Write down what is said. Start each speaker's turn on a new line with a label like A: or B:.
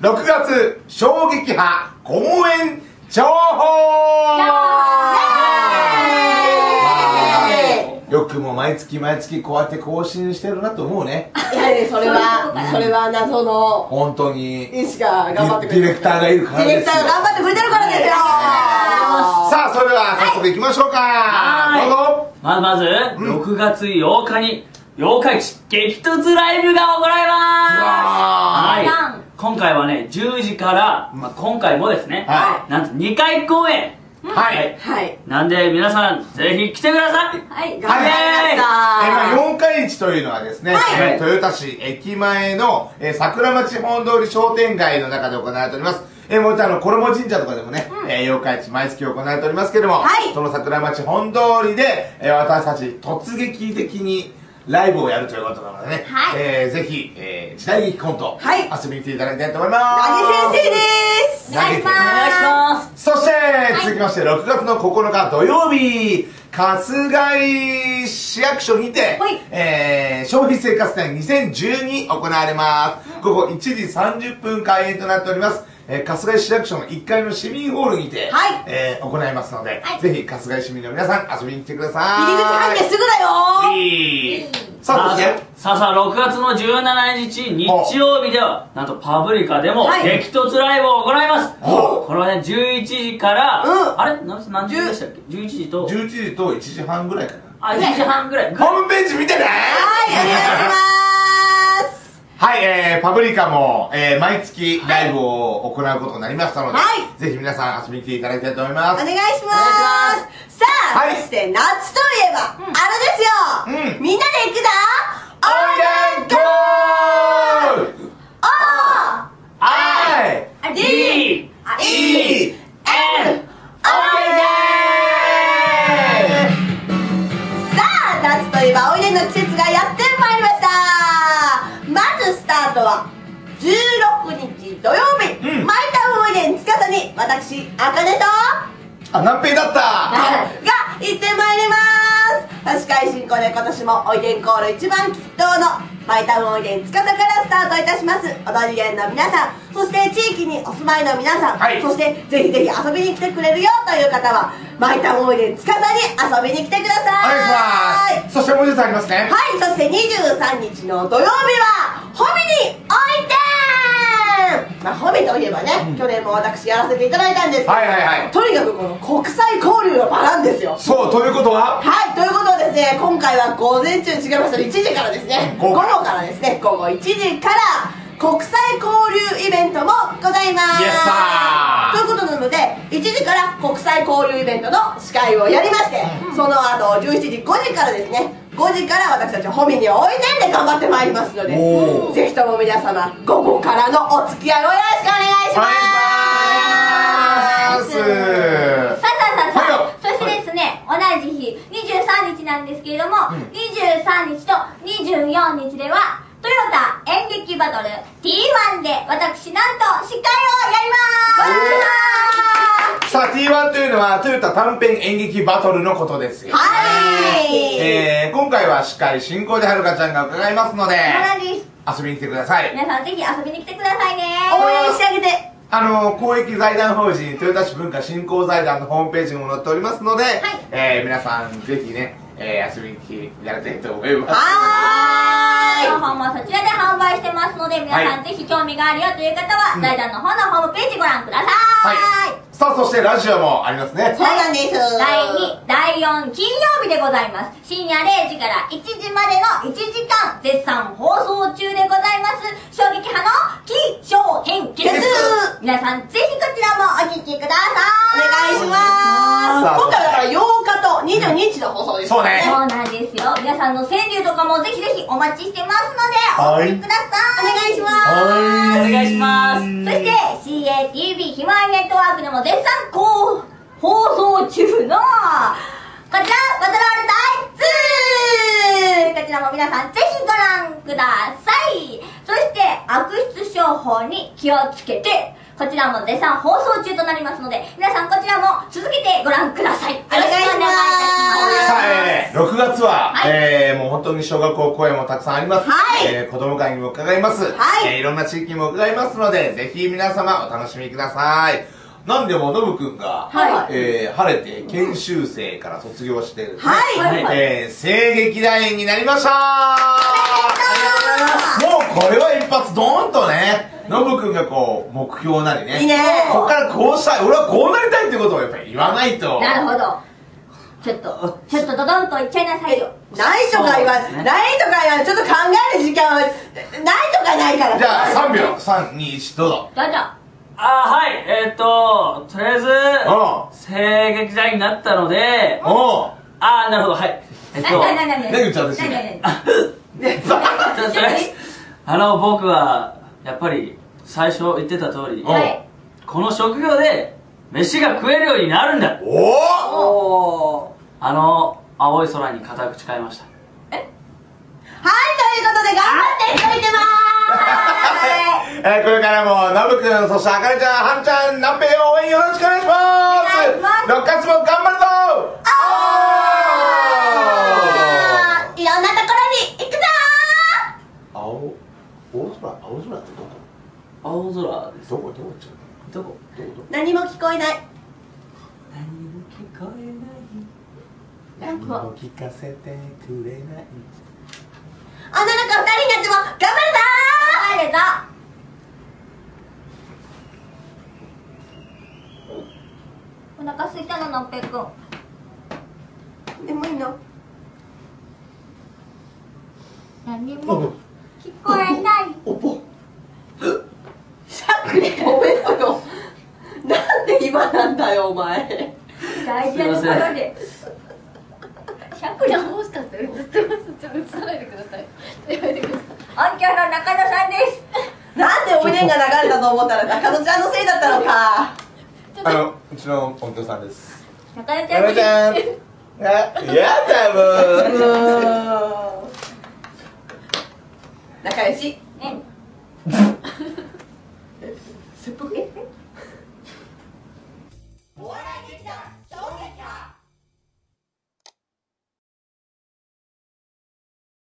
A: 6月衝撃波公演情報よくも毎月毎月こうやって更新してるなと思うね
B: いやねそれはそれは謎の
A: 本当に
B: 医師が
A: デ
B: 頑張ってくれ
A: ィレクターがいるから
B: ディ
A: で
B: レ
A: す
B: クターが頑張ってくれてるからですよ
A: さあそれでは早速いきましょうか、
C: はい
A: どうぞ
C: まずまず、
A: ん
C: 6月8日に、8日市激突ライブが行いま
A: わ
C: ー
D: ー
C: すはい。今回はね、10時から、まあ、今回もですね、
A: は
C: なんと2回公演
A: はい、
B: はい
C: なんで皆さん、ぜひ来てください
D: はい。
B: 頑張り
A: えー
B: ま
A: まあ、4回市というのはですね、
B: はい
A: えー豊田市駅前の、えー桜町本通り商店街の中で行われております。えー、もう一度あの、衣神社とかでもね、えー、妖怪市毎月行われておりますけれども、
B: はい
A: その桜町本通りで、えー私たち突撃的にライブをやるということなのでね、
D: はい
A: えーぜひ、えー時代劇コント、
B: はい
A: 遊びに来ていただきたいと思います。
B: す何先生です
D: お願いし
A: 投げてね
D: ます
C: ます
A: そして、続きまして6月の9日土曜日春日井市役所にて、
D: はい
A: えー消費生活展2012行われます午後1時30分開演となっております、えー、春日井市役所の1階の市民ホールにて、
B: はい
A: えー行いますので、
D: はい
A: ぜひ春日井市民の皆さん遊びに来てください
B: 入り口入ってすぐだよ
A: いいさあそして
C: さあさあ、6月の17日、日曜日では、なんとパブリカでも
B: はい
C: 激突ライブを行います。
A: お
C: これはね、11時から、
B: うん
C: あれな何時でしたっけ ?11 時と、
A: 11時と1時半ぐらいかな
C: あ、1時半ぐらい。
A: ホームページ見てね
B: はいお願いします
A: はい、えー、パブリカも、えー、毎月ライブを行うことになりましたので、
B: は
A: ぜひ皆さん遊びに来ていただきたいと思いま
B: お
A: す。
B: 願いしますさあ、
A: はい
B: そして夏といえば、あれですよ、
A: うん
B: みんなで行くぞ
A: オンラインゴール
B: あ
A: はい
D: あ、
C: い
D: で、
C: い
B: あ
A: いい
B: さあ夏といえばおいでの季節がやってまいりましたまずスタートは16日土曜日、
A: うん
B: マイタウンおいでにつかさに私あかねと
A: あ、南平だった
B: が行ってまいります司会進行で今年もおいでんコール一番吉頭のマイタウンおいでんつかさからスタートいたします踊り連の皆さんそして地域にお住まいの皆さん、
A: はい
B: そしてぜひぜひ遊びに来てくれるよという方はマイタウンおいでんつかさに遊びに来てくださ
A: お
B: い
A: 願いします。そしてもう一つありますね。
B: はい、そして23日の土曜日は、ホビにおいてんまあ、ホビといえばね、去年も私やらせていただいたんですけど、
A: はいはいはい
B: とにかくこの国際交流の場なんですよ。
A: そう、ということは、
B: はい、ということでですね、今回は午前中違いました、1時からですね、
A: 午
B: 午
A: 後
B: 後からですね、午後1時から、国際交流イベントもございます。
A: イエスサー
B: ということなので、1時から国際交流イベントの司会をやりまして、その後17時5時からですね、5時から私たちホミにおいでんで頑張ってまいりますので
A: おー、
B: ぜひとも皆様、午後からのお付き合いをよろしくお願い
A: お
B: します。
A: 願いしますは
D: さ。あさあさあ、そ
A: いよ
D: してですね、同じ日、23日なんですけれども、
A: ん
D: 23日と24日では、トヨタ演劇バトル T1 で私なんと司会をやりま
A: さあ、T1 というのは、トヨタ短編演劇バトルのことですよ。
B: はい。
A: えー、今回は司会進行ではるかちゃんが伺いますので、
D: す同じ日、
A: 遊びに来てください。
D: 皆さんぜひ遊びに来てくださいね
B: 応援してあげて。
A: あの、公益財団法人、豊田市文化振興財団のホームページにも載っておりますので、えー、皆さん、ぜひね、えー、遊びに来ていただきたいと思います。
B: はーい
D: 情。報もそちらで販売してますので皆さんぜひ興味があるよという方は、
A: うん
D: 財団の方のホームページご覧ください、
A: はい。さあ、そしてラジオもありますね。
B: そうなんです。
D: 第2、第4金曜日でございます。深夜0時から1時までの1時間、絶賛放送中でございます。衝撃波の気象変
B: ゲ
D: 決
B: ス
D: 皆さんぜひこちらもお聞きくださ
B: お願い
D: い。
B: し
A: さあ
B: ます。今回はだから8日と22日の放送です。
A: そうね
D: そうなんですよ。皆さんの川柳とかもぜひぜひお待ちしてますので、お送りください。
B: お願いします
A: は
C: お願いします
D: そして CATV ひまわりネットワークでも絶賛こう放送中のこちらバトルアルタイツこちらも皆さんぜひご覧くださいそして悪質商法に気をつけてこちらも絶賛放送中となりますので、皆さんこちらも続けてご覧ください。よろしくお願いいたします。
A: さあ、えー、6月は、
D: はい
A: えー、もう本当に小学校公演もたくさんあります。
B: はい
A: えー、子供会にも伺います。
B: はい
A: えー、いろんな地域にも伺いますので、ぜひ皆様お楽しみください。なんでも、のぶくんが、
D: はい
A: えー、晴れて研修生から卒業してる、
B: はい
C: はい
A: えー、声劇団員になりましたもうこれは一発ドーンとね、のぶくんがこう、目標なりね。
B: いいね
A: ここからこうしたい、俺はこうなりたいってことをやっぱり言わないと。
D: なるほど。ちょっと、ちょっとドドンと言っちゃいなさいよ。
B: ないとか言わ
C: そうですね
B: ないとか言わちょっと考える時間はないとかないから
A: じゃあ、3秒。3、2、1、どうぞ。
D: どうぞ。
C: あはいえっ、ととりあえず声劇団になったので
A: おう
C: ああなるほどはいえっ、と
D: なになになに
A: 何言っちゃうんですか
D: なになに
C: ちょっととりあえずあの僕はやっぱり最初言ってた通り
A: お
D: はい。
C: この職業で飯が食えるようになるんだ
A: おお
B: おー
C: あの青い空に固く誓いました
B: はいということで頑張っていただいてま
A: えー、これからも、ノブくん、そしてあかねちゃん、はんちゃん、なっぺい応援よろしくお願いし
D: お願いします
A: ます !6 月も頑張るぞ
B: すいろんなところに行くぞ
A: おー青、青空、青空ってどこ
C: 青空です
A: どこどこ行っちゃう
C: どこ
A: どこどこ
B: ー何も聞こえない
C: 何も聞こえな
D: な
C: い
D: んか、
A: 聞かせてくれない。
B: 女の子二人になっても頑張るぞ
D: あれだ。お腹すいたの、のっぺくん。ど
B: ー眠いの
D: 何も聞こえない。
A: おぽ
B: しゃくりごめんよなんで今なんだよお前
D: 大事なところで。しゃくり
E: いや、もしかして、映ってます。映さないでください。やめてください。
D: 音響の中野さんです。
B: なんでおいでんが流れたと思ったら中野ちゃんのせいだったのか
A: あの、うちの音響さんです。
D: 中野ちゃ
A: や
D: ん
A: め
D: で
A: ちゃ
D: す。
A: ん。 あ、やだもう。
B: うーん仲良し